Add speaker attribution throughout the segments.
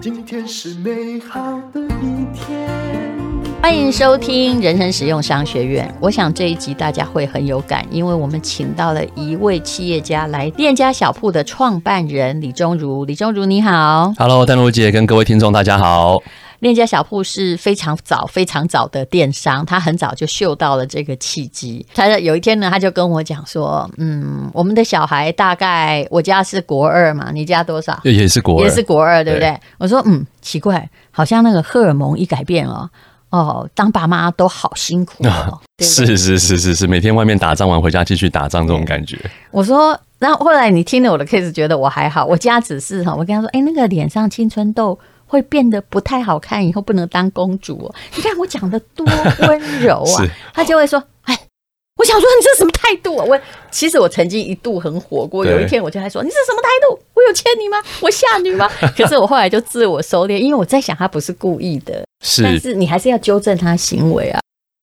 Speaker 1: 今天是美好的一天。
Speaker 2: 欢迎收听人生实用商学院。我想这一集大家会很有感，因为我们请到了一位企业家来店家小铺的创办人李钟如。李钟如你好，
Speaker 3: Hello，丹如姐跟各位听众大家好。
Speaker 2: 链家小铺是非常早、非常早的电商，他很早就嗅到了这个契机。他有一天呢，他就跟我讲说：“嗯，我们的小孩大概我家是国二嘛，你家多少？”
Speaker 3: 也也是国
Speaker 2: 也
Speaker 3: 二，
Speaker 2: 是国二，对不对？
Speaker 3: 对
Speaker 2: 我说嗯，奇怪，好像那个荷尔蒙一改变哦，哦，当爸妈都好辛苦 哦。对不对
Speaker 3: 是是是是是，每天外面打仗完回家继续打仗，这种感觉。
Speaker 2: 我说，然后后来你听了我的 case，觉得我还好，我家只是哈，我跟他说，哎，那个脸上青春痘。会变得不太好看，以后不能当公主、哦。你看我讲的多温柔啊
Speaker 3: 是，
Speaker 2: 他就会说：“哎，我想说你这什么态度啊？”我其实我曾经一度很火过，
Speaker 3: 对
Speaker 2: 有一天我就还说：“你这什么态度？我有欠你吗？我下女吗？” 可是我后来就自我收敛，因为我在想他不是故意的，但
Speaker 3: 是
Speaker 2: 是你还是要纠正他行为啊。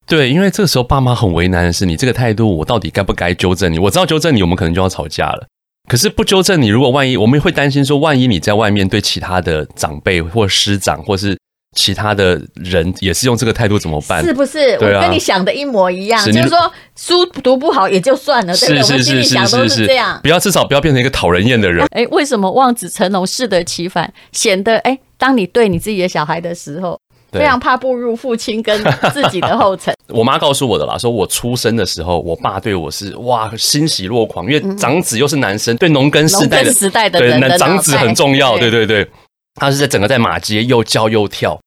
Speaker 3: 对，因为这个时候爸妈很为难的是，你这个态度，我到底该不该纠正你？我知道纠正你，我们可能就要吵架了。可是不纠正你，如果万一我们会担心说，万一你在外面对其他的长辈或师长或是其他的人也是用这个态度怎么办？
Speaker 2: 是不是？我
Speaker 3: 对啊
Speaker 2: 跟你想的一模一样，
Speaker 3: 是
Speaker 2: 就是
Speaker 3: 你
Speaker 2: 说书读不好也就算了，对不对？
Speaker 3: 是
Speaker 2: 我们心里想都是这样。
Speaker 3: 不要至少不要变成一个讨人厌的人。
Speaker 2: 哎，为什么望子成龙适得其反，显得哎，当你对你自己的小孩的时候，
Speaker 3: 对
Speaker 2: 非常怕步入父亲跟自己的后 尘。
Speaker 3: 我妈告诉我的啦，说我出生的时候，我爸对我是哇欣喜若狂，因为长子又是男生，对农耕世代
Speaker 2: 嗯农耕
Speaker 3: 的
Speaker 2: 时代的
Speaker 3: 对
Speaker 2: 人的
Speaker 3: 那长子
Speaker 2: 脑袋
Speaker 3: 很重要，对对对，他是在整个在马街又叫又跳。
Speaker 2: 嗯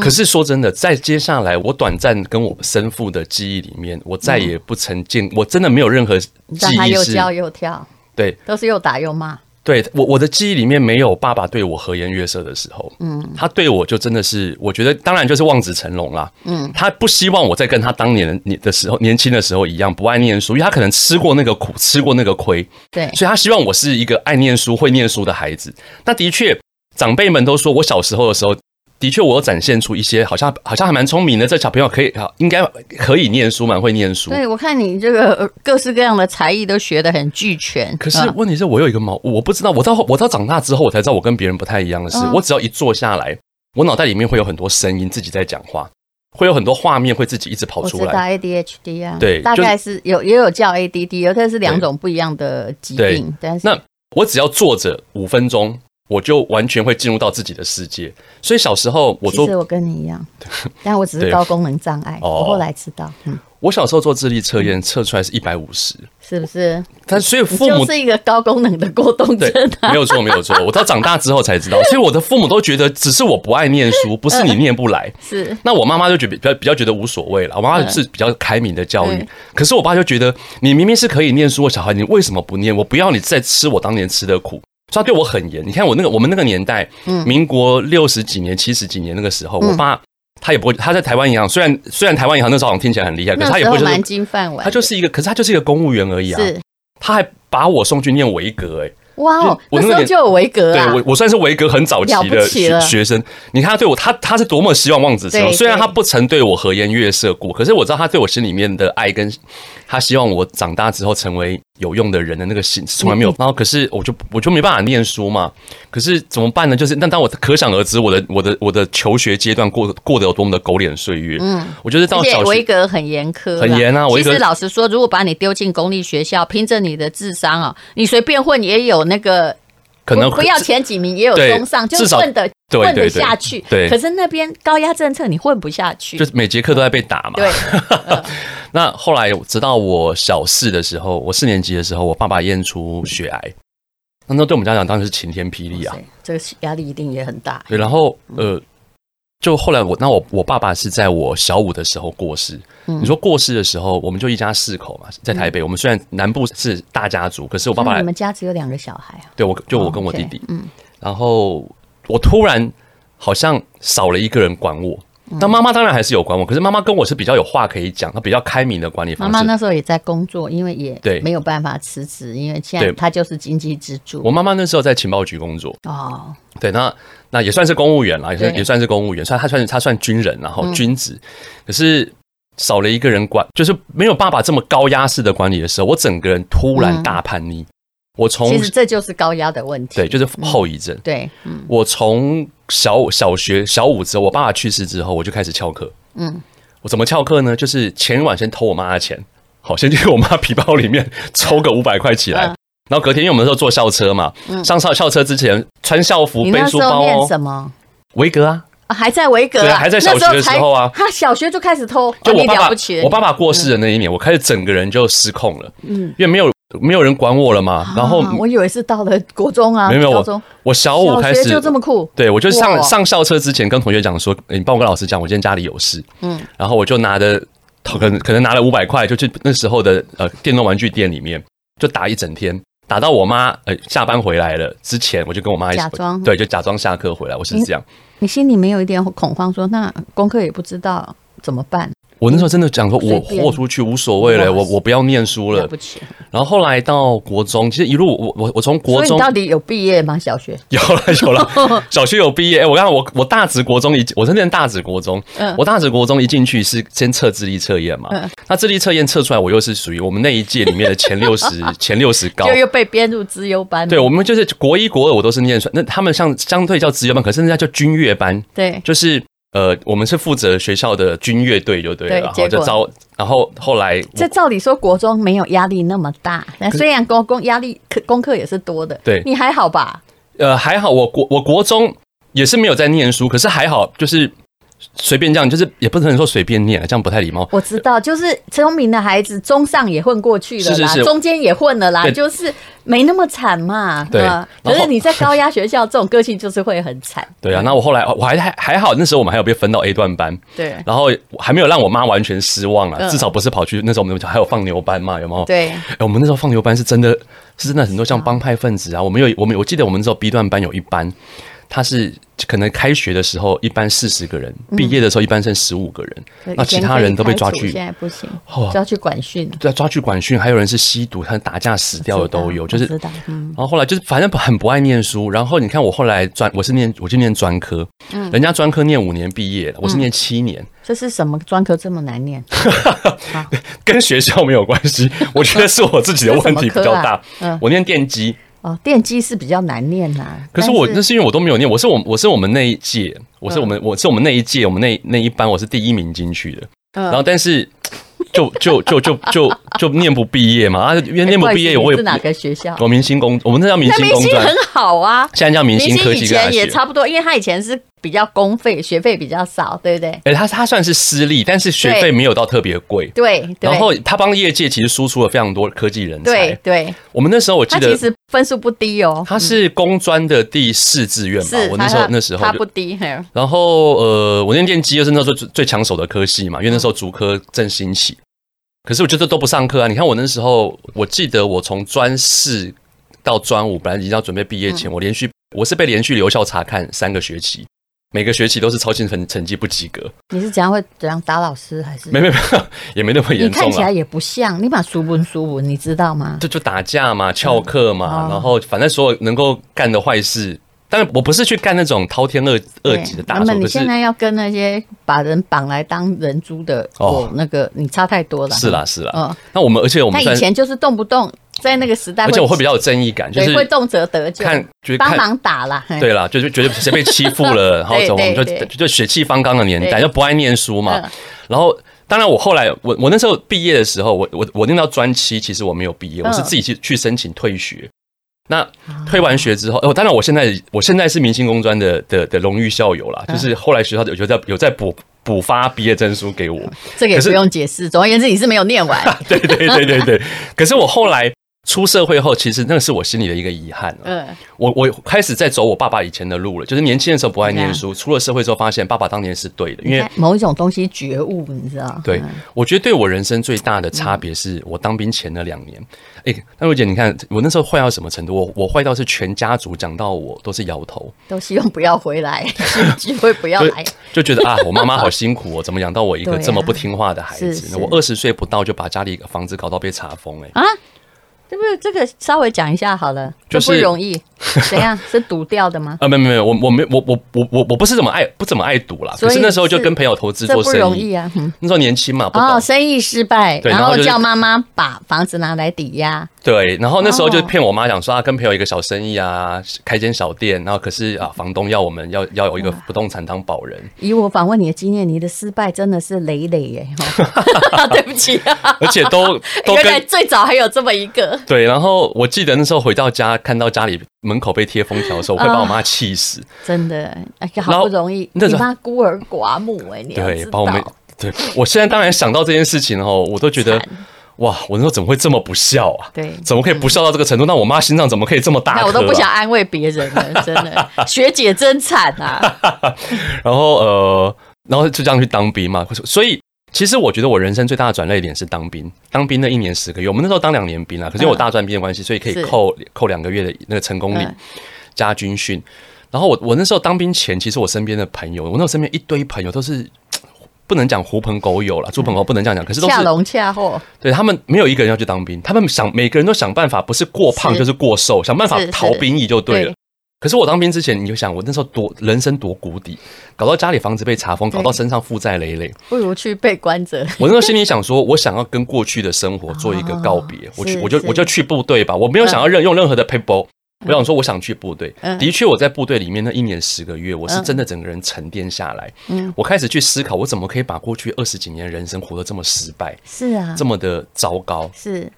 Speaker 3: 可是说真的，在接下来我短暂跟我生父的记忆里面，我再也不曾见，我真的没有任何记
Speaker 2: 嗯让他
Speaker 3: 忆
Speaker 2: 又
Speaker 3: 是，
Speaker 2: 叫又跳，
Speaker 3: 对
Speaker 2: 都是又打又骂。
Speaker 3: 对，我我的记忆里面没有爸爸对我和颜悦色的时候，嗯，他对我就真的是，我觉得当然就是望子成龙啦，嗯，他不希望我再跟他当年的年的时候年轻的时候一样不爱念书，因为他可能吃过那个苦，吃过那个亏，
Speaker 2: 对，
Speaker 3: 所以他希望我是一个爱念书、会念书的孩子。那的确，长辈们都说我小时候的时候，的确我有展现出一些好像好像还蛮聪明的，这小朋友可以好应该可以念书，蛮会念书。
Speaker 2: 对我看你这个呃各式各样的才艺都学得很俱全。
Speaker 3: 可是
Speaker 2: 嗯
Speaker 3: 问题是我有一个毛，我不知道，我到我到长大之后，我才知道我跟别人不太一样的是，
Speaker 2: 嗯
Speaker 3: 我只要一坐下来，我脑袋里面会有很多声音自己在讲话，会有很多画面会自己一直跑
Speaker 2: 我
Speaker 3: 出
Speaker 2: 知道
Speaker 3: 来。
Speaker 2: ADHD 啊，
Speaker 3: 对
Speaker 2: 大
Speaker 3: 就是
Speaker 2: 概是有也有叫 ADD，有的是两种不一样的疾
Speaker 3: 对
Speaker 2: 病，但是
Speaker 3: 那我只要坐着五分钟，我就完全会进入到自己的世界。所以小时候我
Speaker 2: 其
Speaker 3: 做
Speaker 2: 实我跟你一样，但我只是
Speaker 3: 对
Speaker 2: 高功能障碍。
Speaker 3: 哦
Speaker 2: 我后来知道，嗯，
Speaker 3: 我小时候做智力测验，测出来是一百五十，
Speaker 2: 是不是？
Speaker 3: 但所以父
Speaker 2: 就
Speaker 3: 母
Speaker 2: 是一个高功能的过动症
Speaker 3: 对，
Speaker 2: 啊
Speaker 3: 没。有错，没有错。我到长大之后才知道，所以我的父母都觉得只是我不爱念书，不
Speaker 2: 嗯
Speaker 3: 是你念不来。
Speaker 2: 是，
Speaker 3: 那我妈妈就觉得比较比较觉得无所谓了，我妈妈是比较开明的教育，
Speaker 2: 嗯
Speaker 3: 可是我爸就觉得你明明是可以念书的小孩，你为什么不念？我不要你再吃我当年吃的苦。所以他对我很严。你看我那个我们那个年代，
Speaker 2: 嗯
Speaker 3: 民国六十几年、七十几年那个时候，我爸他也不会，他在台湾银行，虽然虽然台湾银行那时候好像听起来很厉害，可是
Speaker 2: 那
Speaker 3: 他也
Speaker 2: 时
Speaker 3: 不
Speaker 2: 候
Speaker 3: 会就
Speaker 2: 蛮
Speaker 3: 是
Speaker 2: 金饭碗的，
Speaker 3: 他就是一个，可是他就是一个公务员而已啊。
Speaker 2: 是
Speaker 3: 他还把我送去念维格、欸，
Speaker 2: 哇哦，
Speaker 3: 就
Speaker 2: 那
Speaker 3: 我那个
Speaker 2: 时候
Speaker 3: 年
Speaker 2: 就有维格
Speaker 3: 对
Speaker 2: 啊
Speaker 3: 我，，我算是维格很早期
Speaker 2: 了不
Speaker 3: 的
Speaker 2: 起了
Speaker 3: 学学生。你看他对我，他他是多么希望望子成龙。
Speaker 2: 对
Speaker 3: 虽然他
Speaker 2: 对
Speaker 3: 不曾对我和颜悦色过，可是我知道他对我心里面的爱，跟他希望我长大之后成为有用的人的那个心，从来
Speaker 2: 嗯
Speaker 3: 没有。然后可是我就我就没办法念书嘛。可是怎么办呢？就是那当我可想而知，我的我的我的求学阶段过过得有多么的狗脸岁月。嗯，我就是
Speaker 2: 而
Speaker 3: 到
Speaker 2: 且
Speaker 3: 小
Speaker 2: 维
Speaker 3: 学。
Speaker 2: 格很严苛啦，
Speaker 3: 很严啊
Speaker 2: 其
Speaker 3: 维格
Speaker 2: 实老实说，如果把你丢进公立学校，凭着你的智商啊，你随便混也有那个。
Speaker 3: 可能
Speaker 2: 不不要前几名，也有
Speaker 3: 对
Speaker 2: 中上，就
Speaker 3: 至少
Speaker 2: 混的
Speaker 3: 对
Speaker 2: 混得
Speaker 3: 对对
Speaker 2: 下去。
Speaker 3: 对
Speaker 2: 可是那边高压政策你混不下去，
Speaker 3: 就是每节课都在被打嘛。
Speaker 2: 对，
Speaker 3: 那后来直到我小四的时候，我四年级的时候，我爸爸验出血癌，那那对我们家长当然是晴天霹雳啊
Speaker 2: 哇。塞这个压力一定也很大。
Speaker 3: 对，然后呃，就后来我那我我爸爸是在我小五的时候过世。
Speaker 2: 嗯
Speaker 3: 你说过世的时候，我们就一家四口嘛，在台北。我们虽然南部是大家族，可是我爸爸
Speaker 2: 那
Speaker 3: 来
Speaker 2: 你们家只有两个小孩啊？
Speaker 3: 对我就我跟我
Speaker 2: 嗯
Speaker 3: 弟
Speaker 2: OK，
Speaker 3: 弟，
Speaker 2: 嗯，
Speaker 3: 然后我突然好像少了一个人管我。
Speaker 2: 嗯
Speaker 3: 那妈妈当然还是有管我，可是妈妈跟我是比较有话可以讲，她比较开明的管理方
Speaker 2: 妈
Speaker 3: 式。
Speaker 2: 妈那时候也在工作，因为也
Speaker 3: 对
Speaker 2: 没有办法辞职，因为现在
Speaker 3: 对
Speaker 2: 她就是经济支柱
Speaker 3: 我。妈妈那时候在情报局工作，
Speaker 2: 哦，
Speaker 3: 对，那那也算是公务员啦，也算
Speaker 2: 对嗯
Speaker 3: 也算是公务员，算他算他算军人，然后军职，可是少了一个人管，就是没有爸爸这么高压式的管理的时候，我整个人突然
Speaker 2: 嗯
Speaker 3: 大叛逆，我从
Speaker 2: 其实这就是高压的问题。
Speaker 3: 对就是后遗症，
Speaker 2: 嗯对，嗯，
Speaker 3: 我从小小学小五之后，我爸爸去世之后，我就开始翘课。
Speaker 2: 嗯
Speaker 3: 嗯，我怎么翘课呢？就是前一晚先偷我妈的钱，好，先去我妈皮包里面抽个五百块起来。
Speaker 2: 嗯
Speaker 3: 然后隔天，因为我们那时候坐校车嘛，上校校车之前穿校服
Speaker 2: 你
Speaker 3: 背
Speaker 2: 那
Speaker 3: 书
Speaker 2: 时候
Speaker 3: 包
Speaker 2: 念
Speaker 3: 哦，
Speaker 2: 什么？
Speaker 3: 维格啊，
Speaker 2: 啊还在维格、
Speaker 3: 对
Speaker 2: 啊，
Speaker 3: 还在小学的时候 啊
Speaker 2: 那才他小学就开始偷，
Speaker 3: 就
Speaker 2: 哦
Speaker 3: 我
Speaker 2: 你
Speaker 3: 爸
Speaker 2: 了
Speaker 3: 爸
Speaker 2: 不嗯起了，
Speaker 3: 我爸爸过世的那一年，我开始整个人就失控了，嗯，因为没有没有人管我了嘛。然后
Speaker 2: 啊我以为是到了国中啊，
Speaker 3: 没有没有
Speaker 2: 高中
Speaker 3: 我，我小五
Speaker 2: 小
Speaker 3: 开
Speaker 2: 学
Speaker 3: 始
Speaker 2: 就这么酷，
Speaker 3: 对，我就
Speaker 2: 哇
Speaker 3: 上上校车之前跟同学讲说，欸你帮我跟老师讲，我今天家里有事。
Speaker 2: 嗯
Speaker 3: 嗯，然后我就拿着，可能可能拿了五百块，就去那时候的呃电动玩具店里面就打一整天，打到我妈呃下班回来了之前，我就跟我妈一起
Speaker 2: 假装
Speaker 3: 对，就假装下课回来，我是这样。
Speaker 2: 你心里没有一点恐慌说那功课也不知道怎么办，
Speaker 3: 我那时候真的讲说，
Speaker 2: 随
Speaker 3: 我
Speaker 2: 便
Speaker 3: 豁出去无所谓了，
Speaker 2: 哇
Speaker 3: 我我不要念书
Speaker 2: 了
Speaker 3: 了
Speaker 2: 不。起。
Speaker 3: 然后后来到国中，其实一路我我我从国
Speaker 2: 所以你
Speaker 3: 中
Speaker 2: 到底有毕业吗？小学？
Speaker 3: 有了 有了，小学有毕业。哎、我刚刚我我大直国中一，我是念大直国中，
Speaker 2: 嗯
Speaker 3: 我大直国中一进去是先测智力测验嘛，
Speaker 2: 嗯
Speaker 3: 那智力测验测出来，我又是属于我们那一届里面的前 六十前六十高
Speaker 2: 就。又被编入资优班吗。
Speaker 3: 对，我们就是国一、国二，我都是念出来。那他们像相对叫职业班，可是人家叫军乐班，
Speaker 2: 对，
Speaker 3: 就是呃，我们是负责学校的军乐队就对了，
Speaker 2: 对
Speaker 3: 然
Speaker 2: 结
Speaker 3: 后
Speaker 2: 果
Speaker 3: 就招，然后后来我
Speaker 2: 这照理说国中没有压力那么大，那虽然国公压力可功课也是多的，
Speaker 3: 对
Speaker 2: 你还好吧？
Speaker 3: 呃，还好我国我国中也是没有在念书，可是还好就是随便这样，就是也不能说随便念了，这样不太礼貌。
Speaker 2: 我知道，就是聪明的孩子，中上也混过去了啦，
Speaker 3: 是是是
Speaker 2: 中间也混了啦，
Speaker 3: 对就是
Speaker 2: 就是没那么惨嘛。
Speaker 3: 对
Speaker 2: 吧可
Speaker 3: 然
Speaker 2: 是
Speaker 3: 后
Speaker 2: 你在高压学校，这种个性就是会很惨。
Speaker 3: 对啊，那我后来我还还还好，那时候我们还有被分到 A 段班，
Speaker 2: 对
Speaker 3: 然后还没有让我妈完全失望
Speaker 2: 嗯
Speaker 3: 啊，至少不是跑去那时候我们还有放牛班嘛，有没有？
Speaker 2: 对，
Speaker 3: 哎、我们那时候放牛班是真的是真的很多像帮派分子啊，我们有我们我记得我们那时候 B 段班有一班，他是可能开学的时候一班四十个人，
Speaker 2: 嗯
Speaker 3: 毕业的时候一班剩十五个人，那其他人都被抓
Speaker 2: 以前可以开
Speaker 3: 去
Speaker 2: 除现在不行，
Speaker 3: 哦
Speaker 2: 就要去管训。
Speaker 3: 对啊，抓去管训，还有人是吸毒，他打架死掉的都有，
Speaker 2: 我
Speaker 3: 就是。
Speaker 2: 知道，嗯，
Speaker 3: 然后后来就是反正很不爱念书，然后你看我后来专我是念我就念专科，
Speaker 2: 嗯
Speaker 3: 人家专科念五年毕业，我是念七年，
Speaker 2: 这是什么专科这么难念？
Speaker 3: 跟学校没有关系，我觉得是我自己的问题比较大
Speaker 2: 这什么科啊嗯。
Speaker 3: 我念电机，
Speaker 2: 哦，电机是比较难念呐、
Speaker 3: 可是
Speaker 2: 但
Speaker 3: 我那是因为我都没有念，我是我我是我们那一届，我是我们我是我们那一届我们那那一班我是第一名进去的，
Speaker 2: 嗯
Speaker 3: 然后但是就就就就就就念不毕业嘛，啊，
Speaker 2: 哎
Speaker 3: 因为念不毕业我
Speaker 2: 也
Speaker 3: 也
Speaker 2: 是哪个学校？
Speaker 3: 我明星工，我们那叫明
Speaker 2: 那
Speaker 3: 星
Speaker 2: 明
Speaker 3: 工
Speaker 2: 星
Speaker 3: 专
Speaker 2: 很，好啊，
Speaker 3: 现在叫明星科
Speaker 2: 以
Speaker 3: 技大
Speaker 2: 前也
Speaker 3: 学。
Speaker 2: 差不多，因为他以前是比较公费，学费比较少，对不对？
Speaker 3: 哎、他他算是私立，但是学
Speaker 2: 对
Speaker 3: 费没有到特别贵。
Speaker 2: 对对，
Speaker 3: 然后他帮业界其实输出了非常多科技人
Speaker 2: 对
Speaker 3: 才。
Speaker 2: 对，
Speaker 3: 我们那时候我记
Speaker 2: 他其
Speaker 3: 得
Speaker 2: 实分数不低哦，
Speaker 3: 他是工专的第四志愿吧
Speaker 2: 是，
Speaker 3: 我那时候
Speaker 2: 他
Speaker 3: 那时候
Speaker 2: 他
Speaker 3: 就
Speaker 2: 不低，嘿
Speaker 3: 然后呃，我念电机又是那时候最最抢手的科系
Speaker 2: 嗯
Speaker 3: 嘛，因为那时候竹科正兴起。可是我觉得都不上课啊！你看我那时候，我记得我从专四到专五，本来已经要准备毕业前，
Speaker 2: 嗯
Speaker 3: 我连续我是被连续留校查看三个学期，每个学期都是超新成成绩不及格，
Speaker 2: 你是怎样会怎样打老师还是？
Speaker 3: 没没没，也没那么
Speaker 2: 你
Speaker 3: 严
Speaker 2: 看
Speaker 3: 重啊
Speaker 2: 起来
Speaker 3: 啦。
Speaker 2: 也不像，你把书文书文，你知道吗？
Speaker 3: 就就打架嘛，翘课嘛，
Speaker 2: 哦
Speaker 3: 然后反正所有能够干的坏事，当然我不是去干那种滔天恶恶
Speaker 2: 对
Speaker 3: 极的
Speaker 2: 那
Speaker 3: 大
Speaker 2: 么
Speaker 3: 错，
Speaker 2: 你
Speaker 3: 可是
Speaker 2: 现在要跟那些把人绑来当人猪的，
Speaker 3: 哦
Speaker 2: 哦，那个你差太多了。
Speaker 3: 是啦是
Speaker 2: 嗯
Speaker 3: 啦。那我们而且我
Speaker 2: 他
Speaker 3: 们
Speaker 2: 以
Speaker 3: 算
Speaker 2: 前就是动不动在那个时代，
Speaker 3: 而且我会比较有正义感，就
Speaker 2: 对，会
Speaker 3: 是
Speaker 2: 动辄得咎，
Speaker 3: 看就是
Speaker 2: 帮
Speaker 3: 看。
Speaker 2: 忙打啦。嘿
Speaker 3: 对啦，就是觉得谁被欺负 了，然后
Speaker 2: 对
Speaker 3: 怎么我们就
Speaker 2: 对对
Speaker 3: 就就血气方刚的年代，
Speaker 2: 对
Speaker 3: 就不爱念书嘛
Speaker 2: 嗯。
Speaker 3: 然后，当然我后来我我那时候毕业的时候，我我我念到专七，其实我没有毕业，
Speaker 2: 嗯啊
Speaker 3: 我是自己去去申请退学。那退完学之后，哦，当然我现在我现在是明星工专的的的荣誉校友
Speaker 2: 嗯
Speaker 3: 啦，就是后来学校有有在有在补补发毕业证书给我。
Speaker 2: 这个也
Speaker 3: 可是
Speaker 2: 不用解释。总而言之，你是没有念完。
Speaker 3: 对对对对对。可是我后来出社会后，其实那是我心里的一个遗憾啊。
Speaker 2: 嗯，
Speaker 3: 我我开始在走我爸爸以前的路了，就是年轻的时候不爱念书，出了社会之后发现爸爸当年是对的，因为
Speaker 2: 某一种东西觉悟，你知道？
Speaker 3: 对
Speaker 2: 嗯
Speaker 3: 我觉得对我人生最大的差别是我当兵前那两年。
Speaker 2: 嗯
Speaker 3: 哎、那瑞姐，你看我那时候坏到什么程度？我我坏到是全家族讲到我都是摇头，
Speaker 2: 都希望不要回 来，机会不要
Speaker 3: 就
Speaker 2: 来。
Speaker 3: 就觉得啊，我妈妈好辛苦哦，怎么养到我一个
Speaker 2: 对啊
Speaker 3: 这么不听话的孩
Speaker 2: 是
Speaker 3: 子
Speaker 2: 是
Speaker 3: 呢？我二十岁不到就把家里房子搞到被查封、哎，
Speaker 2: 啊，对不对？这个稍微讲一下好了，
Speaker 3: 就是
Speaker 2: 这不容易。怎样？是赌掉的吗？
Speaker 3: 啊，没有没有没有，我我没我我我我我不是怎么爱不怎么爱赌啦，
Speaker 2: 所
Speaker 3: 可
Speaker 2: 以
Speaker 3: 是那时候 就是跟朋友投资
Speaker 2: 这
Speaker 3: 做
Speaker 2: 不
Speaker 3: 生意，
Speaker 2: 容易啊！嗯
Speaker 3: 那时候年轻嘛，不懂、
Speaker 2: 哦，生意失败，
Speaker 3: 对然后就是
Speaker 2: 叫妈妈把房子拿来抵押，
Speaker 3: 对，然后那时候就
Speaker 2: 哦
Speaker 3: 骗我妈讲说啊，跟朋友一个小生意啊，开间小店，然后可是
Speaker 2: 嗯
Speaker 3: 啊，房东要我们要要有一个不动产当保人，
Speaker 2: 以我访问你的经验，你的失败真的是累累耶！ 哈， 对不起、啊，
Speaker 3: 而且 都都
Speaker 2: 原来
Speaker 3: 跟
Speaker 2: 最早还有这么一个，
Speaker 3: 对，然后我记得那时候回到家，看到家里门口被贴封条的时候，
Speaker 2: 嗯
Speaker 3: 我会把我妈气死，
Speaker 2: 真的，哎呀，
Speaker 3: 然
Speaker 2: 好
Speaker 3: 后
Speaker 2: 不容易，
Speaker 3: 那
Speaker 2: 你
Speaker 3: 时候
Speaker 2: 妈孤儿寡母哎，你要
Speaker 3: 对
Speaker 2: 知，
Speaker 3: 把我们
Speaker 2: 道，
Speaker 3: 对我现在当然想到这件事情哦，我都觉得
Speaker 2: 惨
Speaker 3: 哇，我那时候怎么会这么不孝啊？
Speaker 2: 对
Speaker 3: 怎么可以不孝到这个程度？那我妈心脏怎么可以这么大、
Speaker 2: 嗯那
Speaker 3: 颗
Speaker 2: 我都不
Speaker 3: 啊
Speaker 2: 想安慰别人 了，真的，学姐真惨啊！
Speaker 3: 然后呃，然后就这样去当兵嘛。所以其实我觉得我人生最大的转捩点是当兵。当兵那一年十个月，我们那时候当两年兵啦，啊可是因为我大专兵的关系，所以可以
Speaker 2: 嗯是
Speaker 3: 扣扣两个月的那个成功礼
Speaker 2: 嗯
Speaker 3: 加军训。然后我我那时候当兵前，其实我身边的朋友，我那时候身边一堆朋友都是。不能讲狐朋狗友啦，猪朋狗不能这样讲，可是都是
Speaker 2: 恰龙恰后，
Speaker 3: 对他们没有一个人要去当兵，他们想每个人都想办法，不是过胖
Speaker 2: 是
Speaker 3: 就是过瘦，想办法
Speaker 2: 是是
Speaker 3: 逃兵役就对了。
Speaker 2: 对
Speaker 3: 可是我当兵之前，你就想我那时候多人生多谷底，搞到家里房子被查封，
Speaker 2: 对
Speaker 3: 搞到身上负债累累。
Speaker 2: 不如去被关着。
Speaker 3: 我那时候心里想说，我想要跟过去的生活做一个告别，我
Speaker 2: 哦
Speaker 3: 去
Speaker 2: 是
Speaker 3: 我就是我就去部队吧，我没有想要任用任何的 paper。我想说，我想去部队。
Speaker 2: 嗯
Speaker 3: 的确，我在部队里面那一年十个月，我是
Speaker 2: 嗯
Speaker 3: 真的整个人沉淀下来。
Speaker 2: 嗯
Speaker 3: 我开始去思考，我怎么可以把过去二十几年人生活得这么失败，
Speaker 2: 是啊，
Speaker 3: 这么的糟糕。
Speaker 2: 是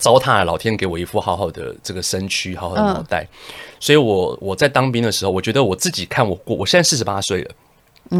Speaker 3: 糟蹋了老天给我一副好好的这个身躯，好好的脑袋。所以我我在当兵的时候，我觉得我自己看我过，我现在四十八岁了。
Speaker 2: 嗯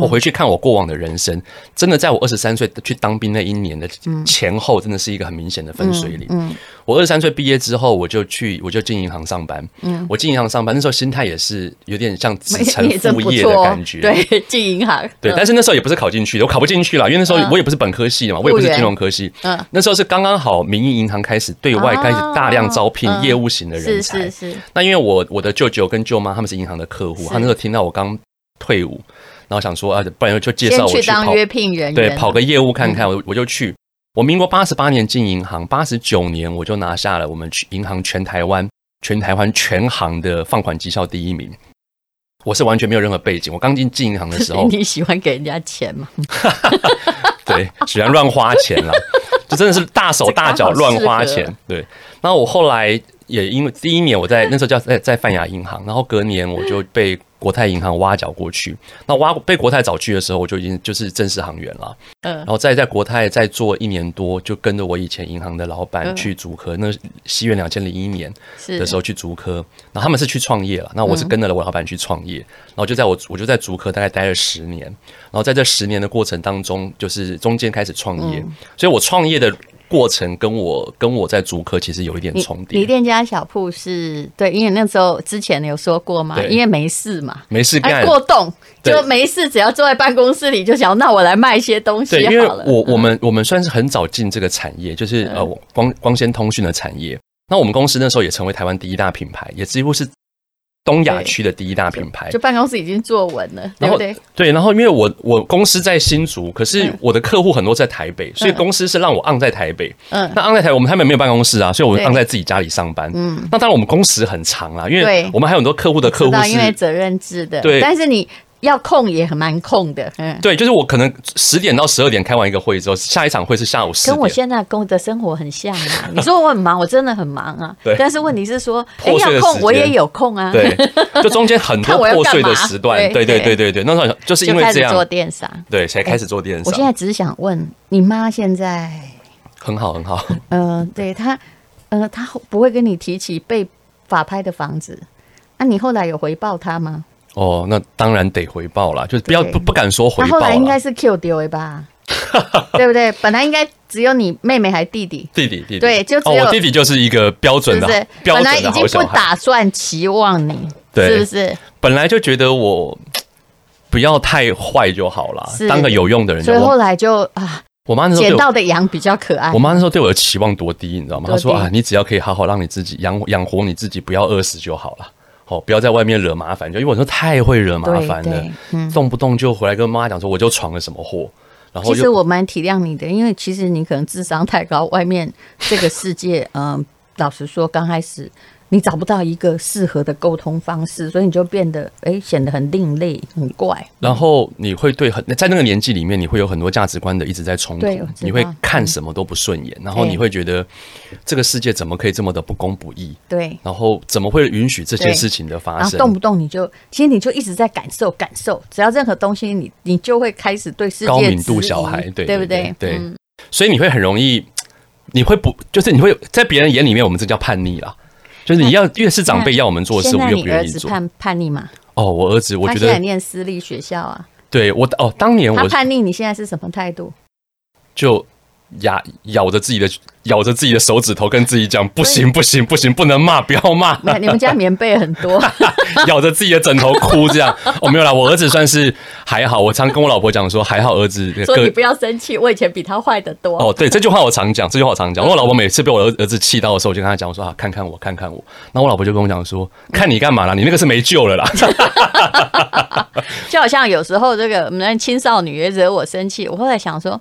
Speaker 3: 我回去看我过往的人生，真的在我二十三岁去当兵那一年的前后，真的是一个很明显的分水岭。
Speaker 2: 嗯，
Speaker 3: 我二十三岁毕业之后，我就去，我就进银行上班。
Speaker 2: 嗯
Speaker 3: 我进银行上班那时候心态也是有点像子承
Speaker 2: 你也真
Speaker 3: 父
Speaker 2: 不
Speaker 3: 业的
Speaker 2: 错哦
Speaker 3: 感，觉。
Speaker 2: 对，进银行，
Speaker 3: 对，
Speaker 2: 嗯
Speaker 3: 但是那时候也不是考进去的，我考不进去了，因为那时候
Speaker 2: 嗯
Speaker 3: 我也不是本科系嘛，我也不是金融科系。
Speaker 2: 嗯
Speaker 3: 那时候是刚刚好，民营银行开始对外
Speaker 2: 哦
Speaker 3: 开始大量招聘
Speaker 2: 嗯
Speaker 3: 业务型的人
Speaker 2: 是
Speaker 3: 才。
Speaker 2: 是是，
Speaker 3: 那因为我我的舅舅跟舅妈他们是银行的客户
Speaker 2: 是，
Speaker 3: 他那时候听到我刚退伍，然后想说啊，不然就介
Speaker 2: 先
Speaker 3: 绍
Speaker 2: 去
Speaker 3: 我
Speaker 2: 当
Speaker 3: 跑
Speaker 2: 约聘人员，，
Speaker 3: 对跑个业务看看，我我就去。我民国八十八年进银行，八十九年我就拿下了我们去银行全台湾全台湾全行的放款绩效第一名。我是完全没有任何背景，我刚进进银行的时候
Speaker 2: 你喜欢给人家钱吗？
Speaker 3: 对，喜欢乱花钱啦，就真的是大手大脚乱花
Speaker 2: 这刚好适
Speaker 3: 钱。对，那我后来也因为第一年我在那时候叫在在泛亚银行，然后隔年我就被国泰银行挖角过去。那挖被国泰找去的时候，我就已经就是正式行员了。
Speaker 2: 嗯
Speaker 3: 然，后再在国泰再做一年多，就跟着我以前银行的老板去竹科，那西元两千零一年
Speaker 2: 嗯是
Speaker 3: 的时候去竹科，然后他们是去创业了，那我是跟着我老板去创
Speaker 2: 嗯
Speaker 3: 业，然后就在我我就在竹科大概待了十年，然后在这十年的过程当中，就是中间开始创业，
Speaker 2: 嗯
Speaker 3: 所以我创业的过程跟我跟我在竹科其实有一 点
Speaker 2: 你
Speaker 3: 重
Speaker 2: 你
Speaker 3: 叠，
Speaker 2: 店家小铺是对，因为那时候之前有说过嘛，
Speaker 3: 对
Speaker 2: 因为没事嘛，
Speaker 3: 没事
Speaker 2: 哎
Speaker 3: 干。
Speaker 2: 过动
Speaker 3: 对
Speaker 2: 就没事，只要坐在办公室里就想，那我来卖一些东西
Speaker 3: 对，因为
Speaker 2: 好了。嗯
Speaker 3: 我我们我们算是很早进这个产业，就是呃我光光纤通讯的产业。那我们公司那时候也成为台湾第一大品牌，也几乎是东亚区的第一大品牌
Speaker 2: 嗯就。办公室已经坐稳了，对
Speaker 3: 然
Speaker 2: 不
Speaker 3: 后
Speaker 2: 对？
Speaker 3: 对，然后因为我我公司在新竹，可是
Speaker 2: 嗯
Speaker 3: 我的客户很多在台北，所以
Speaker 2: 嗯
Speaker 3: 公司是让我 on 在台北。
Speaker 2: 嗯
Speaker 3: 那 on 在台北，我们他们没有办公室啊，所以我们
Speaker 2: 对
Speaker 3: on 在自己家里上班。
Speaker 2: 嗯，
Speaker 3: 那当然我们工时很长啊啦，因为
Speaker 2: 对
Speaker 3: 我们还有很多客户的
Speaker 2: 知
Speaker 3: 客户
Speaker 2: 道，因为
Speaker 3: 是。
Speaker 2: 责任制的，
Speaker 3: 对
Speaker 2: 但是你要控也很蛮控的，嗯。
Speaker 3: 对，就是我可能十点到十二点开完一个会之后，下一场会是下午四点。
Speaker 2: 跟我现在工的生活很像 啊！你说我很忙，我真的很忙啊。
Speaker 3: 对
Speaker 2: 但是问题是说，哎，
Speaker 3: 破碎的
Speaker 2: 要
Speaker 3: 时
Speaker 2: 空
Speaker 3: 间
Speaker 2: 我也有空 啊。
Speaker 3: 对，就中间很多
Speaker 2: 看我要
Speaker 3: 破
Speaker 2: 干
Speaker 3: 碎
Speaker 2: 嘛
Speaker 3: 的时段，
Speaker 2: 对
Speaker 3: 对对
Speaker 2: 对
Speaker 3: 对对对，那时候就是因
Speaker 2: 就
Speaker 3: 为
Speaker 2: 开
Speaker 3: 这
Speaker 2: 始做
Speaker 3: 样，
Speaker 2: 电商。
Speaker 3: 对，才开始做电
Speaker 2: 我现在
Speaker 3: 商，
Speaker 2: 只是想问，你妈现在，
Speaker 3: 很好很好，
Speaker 2: 呃，对她，呃，她不会跟你提起被法拍的房子，那、你后来有回报她吗？
Speaker 3: 哦，那当然得回报啦，就是不要
Speaker 2: 对
Speaker 3: 不不敢说回
Speaker 2: 那
Speaker 3: 报啊
Speaker 2: 后来应
Speaker 3: 啦
Speaker 2: 该。是 Q 丢的 吧，对不对？本来应该只有你妹妹还弟弟，
Speaker 3: 弟弟弟弟，
Speaker 2: 对就只
Speaker 3: 哦，
Speaker 2: 有
Speaker 3: 我弟弟就是一个标
Speaker 2: 是
Speaker 3: 准
Speaker 2: 不
Speaker 3: 的啊
Speaker 2: 是？
Speaker 3: 标
Speaker 2: 本来
Speaker 3: 准
Speaker 2: 已
Speaker 3: 的
Speaker 2: 经
Speaker 3: 好
Speaker 2: 不
Speaker 3: 小孩，
Speaker 2: 打算期望你，
Speaker 3: 对
Speaker 2: 是不是？
Speaker 3: 本来就觉得我嗯不要太坏就好啦
Speaker 2: 是，
Speaker 3: 当个有用的人就
Speaker 2: 所以
Speaker 3: 好。
Speaker 2: 后
Speaker 3: 我
Speaker 2: 来就啊，
Speaker 3: 我妈那时候对
Speaker 2: 捡
Speaker 3: 我
Speaker 2: 到的羊比较可爱
Speaker 3: 我。妈那时候对我的期望多低，你知道吗？
Speaker 2: 多
Speaker 3: 她
Speaker 2: 低
Speaker 3: 说啊，你只要可以好好让你自己养养活你自己，不要饿死就好了。哦，不要在外面惹麻烦，就因为我说太会惹麻烦
Speaker 2: 对
Speaker 3: 了
Speaker 2: 对，嗯
Speaker 3: 动不动就回来跟妈讲说我就闯了什么祸，然后
Speaker 2: 其实
Speaker 3: 就
Speaker 2: 我蛮体谅你的，因为 其实你可能智商太高，外面这个世界，嗯、老实说，刚开始你找不到一个适合的沟通方式，所以你就变得哎显得很另类、很怪。
Speaker 3: 然后你会对很在那个年纪里面，你会有很多价值观的一直在冲突
Speaker 2: 对我知道，嗯
Speaker 3: 你会看什么都不顺眼，然后你会觉得这个世界怎么可以这么的不公不义，
Speaker 2: 对，
Speaker 3: 然后怎么会允许这件事情的发
Speaker 2: 然后动
Speaker 3: 生？
Speaker 2: 不动你就，其实你就一直在感受感受，只要任何东西你，你就会开始对世界
Speaker 3: 高敏度
Speaker 2: 质疑
Speaker 3: 小孩，
Speaker 2: 对
Speaker 3: 对
Speaker 2: 不对？嗯
Speaker 3: 对，所以你会很容易，你会不就是你会在别人眼里面，我们这叫叛逆啦。就是你要越是长辈要我们做的事，
Speaker 2: 现
Speaker 3: 我们
Speaker 2: 在
Speaker 3: 越
Speaker 2: 你
Speaker 3: 不
Speaker 2: 儿
Speaker 3: 愿意
Speaker 2: 子
Speaker 3: 做。
Speaker 2: 叛叛逆嘛？
Speaker 3: 哦，我儿子，我
Speaker 2: 他
Speaker 3: 觉
Speaker 2: 现在
Speaker 3: 得
Speaker 2: 念私立学校啊，
Speaker 3: 对我哦，当年
Speaker 2: 他
Speaker 3: 我
Speaker 2: 叛逆，你现在是什么态 度？
Speaker 3: 就牙咬着自己的咬着自己的手指头，跟自己讲不行不行不行，不能骂，不要骂，
Speaker 2: 你看你们家棉被很多，
Speaker 3: 咬着自己的枕头哭这样。哦，没有啦，我儿子算是还好，我常跟我老婆讲说还好儿子
Speaker 2: 说你
Speaker 3: 个
Speaker 2: 不要生气，我以前比他坏得多。
Speaker 3: 哦，对，这句话我常讲，这句话我常
Speaker 2: 嗯
Speaker 3: 讲。我老婆每次被我儿儿子气到的时候，我就跟她讲，我说啊，看看我，看看我。那我老婆就跟我讲说，看你干嘛啦？你那个是没救 了啦。
Speaker 2: 就好像有时候这个我们那青少女也惹我生气，我后来想说。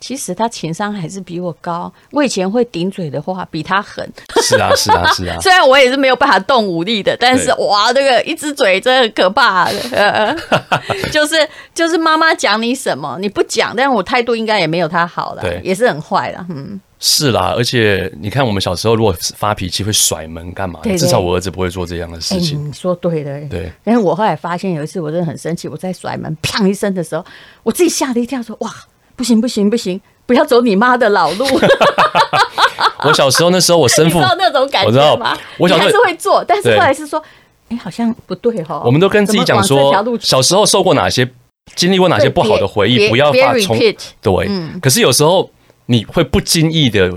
Speaker 2: 其实他情商还是比我高，我以前会顶嘴的话比他狠，
Speaker 3: 是啊，是啊，是啊。
Speaker 2: 虽然我也是没有办法动武力的，但是
Speaker 3: 对
Speaker 2: 哇，这个一只嘴真的很可怕的， 呃、就是就是妈妈讲你什么你不讲，但我态度应该也没有他好了
Speaker 3: 对，
Speaker 2: 也是很坏了，嗯，
Speaker 3: 是啦，而且你看，我们小时候如果发脾气会甩门干嘛的？
Speaker 2: 对对
Speaker 3: 至少我儿子不会做这样的事
Speaker 2: 哎、
Speaker 3: 情。
Speaker 2: 你说对了、哎
Speaker 3: 对，
Speaker 2: 但是我后来发现有一次我真的很生气，我在甩门砰一声的时候，我自己吓了一跳说哇，不行不行不行，不要走你妈的老 路。
Speaker 3: 我小时候那时候，我生
Speaker 2: 你知
Speaker 3: 父
Speaker 2: 道那种感
Speaker 3: 我知
Speaker 2: 觉
Speaker 3: 道
Speaker 2: 吗？
Speaker 3: 我
Speaker 2: 你
Speaker 3: 小
Speaker 2: 还
Speaker 3: 时候
Speaker 2: 是会做，但是
Speaker 3: 对
Speaker 2: 后来是说，哎，好像不对哈。
Speaker 3: 我们都跟自己讲
Speaker 2: 怎么往这
Speaker 3: 说
Speaker 2: 条路，
Speaker 3: 小时候受过哪些，经历过哪些不好的回
Speaker 2: 对
Speaker 3: 忆，
Speaker 2: 别
Speaker 3: 不要
Speaker 2: 别
Speaker 3: 发
Speaker 2: 别
Speaker 3: 重
Speaker 2: repeat
Speaker 3: 对。
Speaker 2: 嗯
Speaker 3: 可是有时候你会不经意的，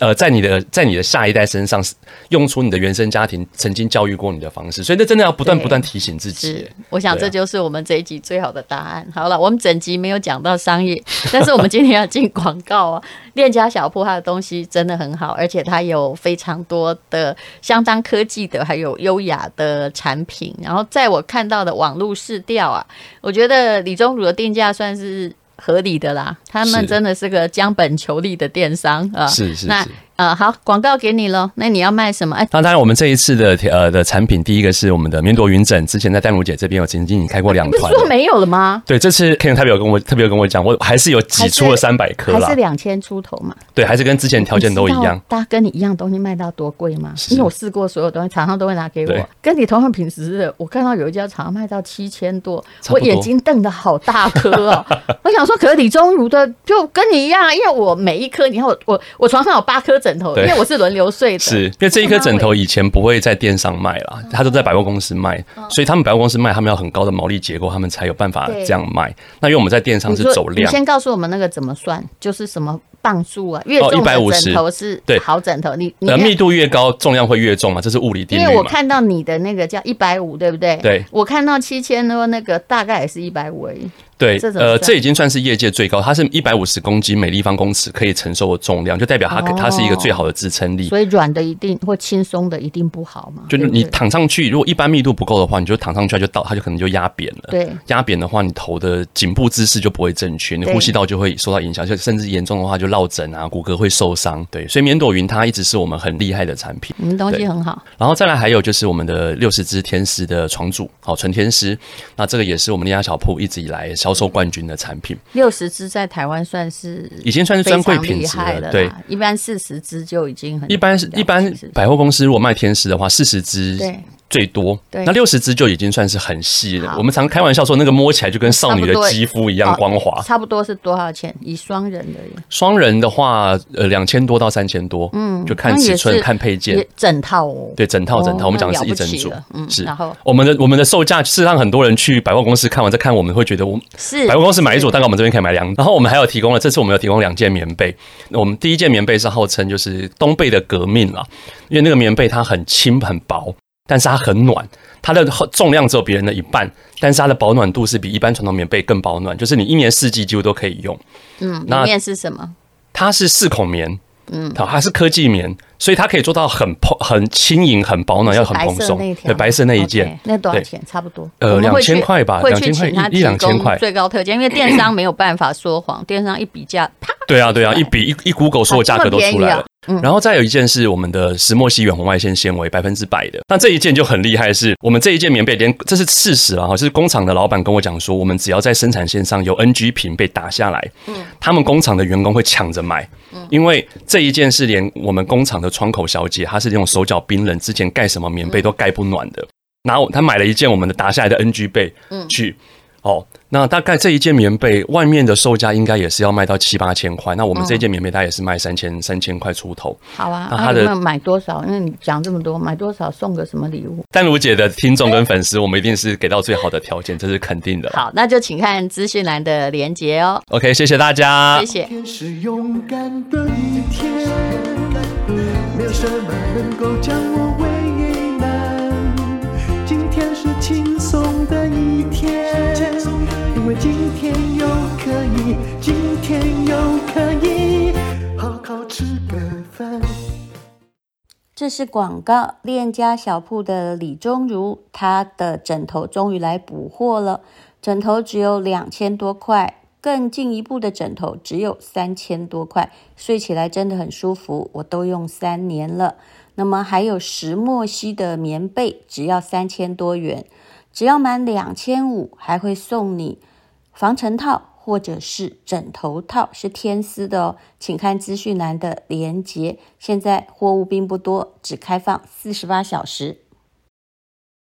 Speaker 3: 呃，在你的在你的下一代身上用出你的原生家庭曾经教育过你的方式，所以这真的要不断
Speaker 2: 对
Speaker 3: 不断提醒自己
Speaker 2: 是。，我想
Speaker 3: 对
Speaker 2: 这
Speaker 3: 啊
Speaker 2: 就是我们这一集最好的答案。好了，我们整集没有讲到商业， 但是我们今天要进广告啊。 链家小铺它的东西真的很好，而且它有非常多的相当科技的，还有优雅的产品。然后在我看到的网络试调啊，我觉得李宗儒的定价算是。合理的啦，他们
Speaker 3: 是
Speaker 2: 真的是个将本求利的电商啊。
Speaker 3: 是是
Speaker 2: 那
Speaker 3: 是
Speaker 2: 呃，好，广告给你喽。那你要卖什么？哎，
Speaker 3: 那当然，我们这一次的呃的产品，第一个是我们的棉朵云枕，之前在淡如姐这边有曾经已经开过两
Speaker 2: 不是
Speaker 3: 团了。
Speaker 2: 说没有了吗？
Speaker 3: 对，这次 Ken 特别有跟我特别有跟我讲，我还是有挤出
Speaker 2: 还
Speaker 3: 了
Speaker 2: 是
Speaker 3: 三百颗
Speaker 2: 还是
Speaker 3: 啦。
Speaker 2: 两千出头嘛？
Speaker 3: 对，还是跟之前条件都一
Speaker 2: 你知
Speaker 3: 样
Speaker 2: 道。大家跟你一样东西卖到多贵吗？
Speaker 3: 是
Speaker 2: 因为我试过所有东西，厂商都会拿给
Speaker 3: 对
Speaker 2: 我，跟你同样品质的，我看到有一家厂商卖到七千多，
Speaker 3: 差
Speaker 2: 我
Speaker 3: 不多
Speaker 2: 眼睛瞪得好大颗 哦。我想说，可是李宗儒的就跟你一样啊，因为我每一颗，你看我我我床上有八颗枕头，因
Speaker 3: 对
Speaker 2: 为我是轮流睡的，
Speaker 3: 是因为这一颗枕头以前不会在电商卖
Speaker 2: 嗯
Speaker 3: 啦，它都在百货公司卖，所以他们百货公司卖，他们要很高的毛利结构，他们才有办法
Speaker 2: 对
Speaker 3: 这样卖。那因为我们在电商
Speaker 2: 你
Speaker 3: 是
Speaker 2: 说
Speaker 3: 走
Speaker 2: 你
Speaker 3: 量，
Speaker 2: 先告诉我们那个怎么算，就是什么磅数啊，越
Speaker 3: 哦
Speaker 2: 重的
Speaker 3: 150
Speaker 2: 枕头是
Speaker 3: 对
Speaker 2: 好枕头，你你
Speaker 3: 呃，
Speaker 2: 看
Speaker 3: 密度越高，重量会越重嘛，这是物理定
Speaker 2: 因为
Speaker 3: 律
Speaker 2: 我
Speaker 3: 嘛。
Speaker 2: 看到你的那个叫一百五，对不对？
Speaker 3: 对，
Speaker 2: 我看到七千多那个大概也是一百五而已。
Speaker 3: 对
Speaker 2: 这，怎啊么
Speaker 3: 呃，
Speaker 2: 算
Speaker 3: 这已经算是业界最高，它是一百五十公斤每立方公尺可以承受的重量，就代表它可
Speaker 2: 哦
Speaker 3: 它是一个最好的支撑力。
Speaker 2: 所以软的一定或轻松的一定不好嘛，
Speaker 3: 就是
Speaker 2: 对不
Speaker 3: 你
Speaker 2: 对
Speaker 3: 躺上去，如果一般密度不够的话，你就躺上去它就倒，它就可能就压扁了。
Speaker 2: 对
Speaker 3: 压扁的话，你头的颈部姿势就不会正确，你
Speaker 2: 对
Speaker 3: 呼吸道就会受到影响，就甚至严重的话就落枕啊，骨骼会受伤。对，所以棉朵云它一直是我们很厉害的产品。
Speaker 2: 你们东西
Speaker 3: 对
Speaker 2: 很好，
Speaker 3: 然后再来还有就是我们的六十只天师的床褥，好纯天师，那这个也是我们恋家小铺一直以来销售冠军的产品，
Speaker 2: 六十只在台湾算是
Speaker 3: 已经算是
Speaker 2: 非
Speaker 3: 专柜
Speaker 2: 常
Speaker 3: 品
Speaker 2: 厉
Speaker 3: 质
Speaker 2: 害
Speaker 3: 了。
Speaker 2: 了，
Speaker 3: 对，，
Speaker 2: 一般四十只就已经很
Speaker 3: 一般是
Speaker 2: 了不
Speaker 3: 一般
Speaker 2: 起是
Speaker 3: 百货公司如果卖天师的话，四十只
Speaker 2: 对
Speaker 3: 最多，
Speaker 2: 对
Speaker 3: 那六十只就已经算是很细了
Speaker 2: 好。
Speaker 3: 我们常开玩笑说，那个摸起来就跟少
Speaker 2: 差
Speaker 3: 女
Speaker 2: 不
Speaker 3: 的
Speaker 2: 多哦
Speaker 3: 肌肤一样光滑。
Speaker 2: 差不多是多少钱？以双人而言，
Speaker 3: 双人的话，呃，两千多到三千多，嗯，就看
Speaker 2: 那也
Speaker 3: 尺
Speaker 2: 是
Speaker 3: 寸、看配件
Speaker 2: 也。整套哦。
Speaker 3: 对，整套
Speaker 2: 哦
Speaker 3: 整套，我们讲的
Speaker 2: 那
Speaker 3: 是
Speaker 2: 了
Speaker 3: 一
Speaker 2: 不起
Speaker 3: 整组
Speaker 2: 了嗯，
Speaker 3: 是
Speaker 2: 然后。
Speaker 3: 我们的我们的售价是让很多人去百货公司看完再看，我们会觉得我嗯
Speaker 2: 是
Speaker 3: 百货公司买一组，大概我们这边可以买两。然后我们还有提供了，这次我们有提供两件棉被。我们第一件棉被是号称就是冬被的革命啦，因为那个棉被它很轻很薄，但是它很暖，它的重量只有别人的一半，但是它的保暖度是比一般传统棉被更保暖，就是你一年四季几乎都可以用。
Speaker 2: 嗯，里
Speaker 3: 那
Speaker 2: 面是什么？
Speaker 3: 它是四孔棉，嗯，好，它是科技棉，所以它可以做到很蓬、很轻盈、很保啊暖，要很蓬
Speaker 2: 白色
Speaker 3: 松
Speaker 2: 那一。条
Speaker 3: 对，白色那一件
Speaker 2: OK，那多少
Speaker 3: 对
Speaker 2: 钱？差不多。
Speaker 3: 呃
Speaker 2: 我们会去
Speaker 3: 2000块吧
Speaker 2: 会去
Speaker 3: 2000块
Speaker 2: 请他
Speaker 3: 一一两千
Speaker 2: 提供
Speaker 3: 块
Speaker 2: 最高特价，因为电商没有办法说谎，电商一比价，啪，
Speaker 3: 对啊，对啊，
Speaker 2: 出来
Speaker 3: 一比一一 Google 所有价格
Speaker 2: 啊这
Speaker 3: 都
Speaker 2: 么
Speaker 3: 出
Speaker 2: 便宜
Speaker 3: 来
Speaker 2: 啊
Speaker 3: 了。然后再有一件是我们的石墨烯远红外线纤维，百分之百的。那这一件就很厉害是，我们这一件棉被连这是事实啊，哈，是工厂的老板跟我讲说，我们只要在生产线上有 NG 品被打下来，
Speaker 2: 嗯
Speaker 3: 他们工厂的员工会抢着买，因为这一件是连我们工厂的窗口小姐，她是那种手脚冰冷，之前盖什么棉
Speaker 2: 嗯
Speaker 3: 被都盖不暖的，然后她买了一件我们的打下来的 NG 被
Speaker 2: 嗯
Speaker 3: 去。哦，那大概这一件棉被外面的售价应该也是要卖到七八千块，那我们这件棉被它也是卖三
Speaker 4: 嗯
Speaker 3: 千三千块出头。
Speaker 4: 好啊，
Speaker 3: 那
Speaker 4: 啊
Speaker 3: 他的
Speaker 4: 有没有买多少？因为你讲这么多，买多少送个什么礼物？
Speaker 3: 丹如姐的听众跟粉丝，我们一定是给到最好的条件，这是肯定的。
Speaker 4: 好，那就请看资讯栏的连接哦，
Speaker 3: OK，谢谢大家，
Speaker 4: 谢谢。
Speaker 1: 天是勇敢的一天，没有什么能够将我为难。今天是轻松的一天，因为今天又可以，今天又可以好好吃个饭。
Speaker 2: 这是广告。链家小铺的李钟如，她的枕头终于来补货了，枕头只有两千多块，更进一步的枕头只有三千多块，睡起来真的很舒服，我都用三年了。那么还有石墨烯的棉被，只要三千多元，只要满两千五还会送你防尘套或者是枕头套，是天丝的哦，请看资讯栏的连接。现在货物并不多，只开放四十八小时。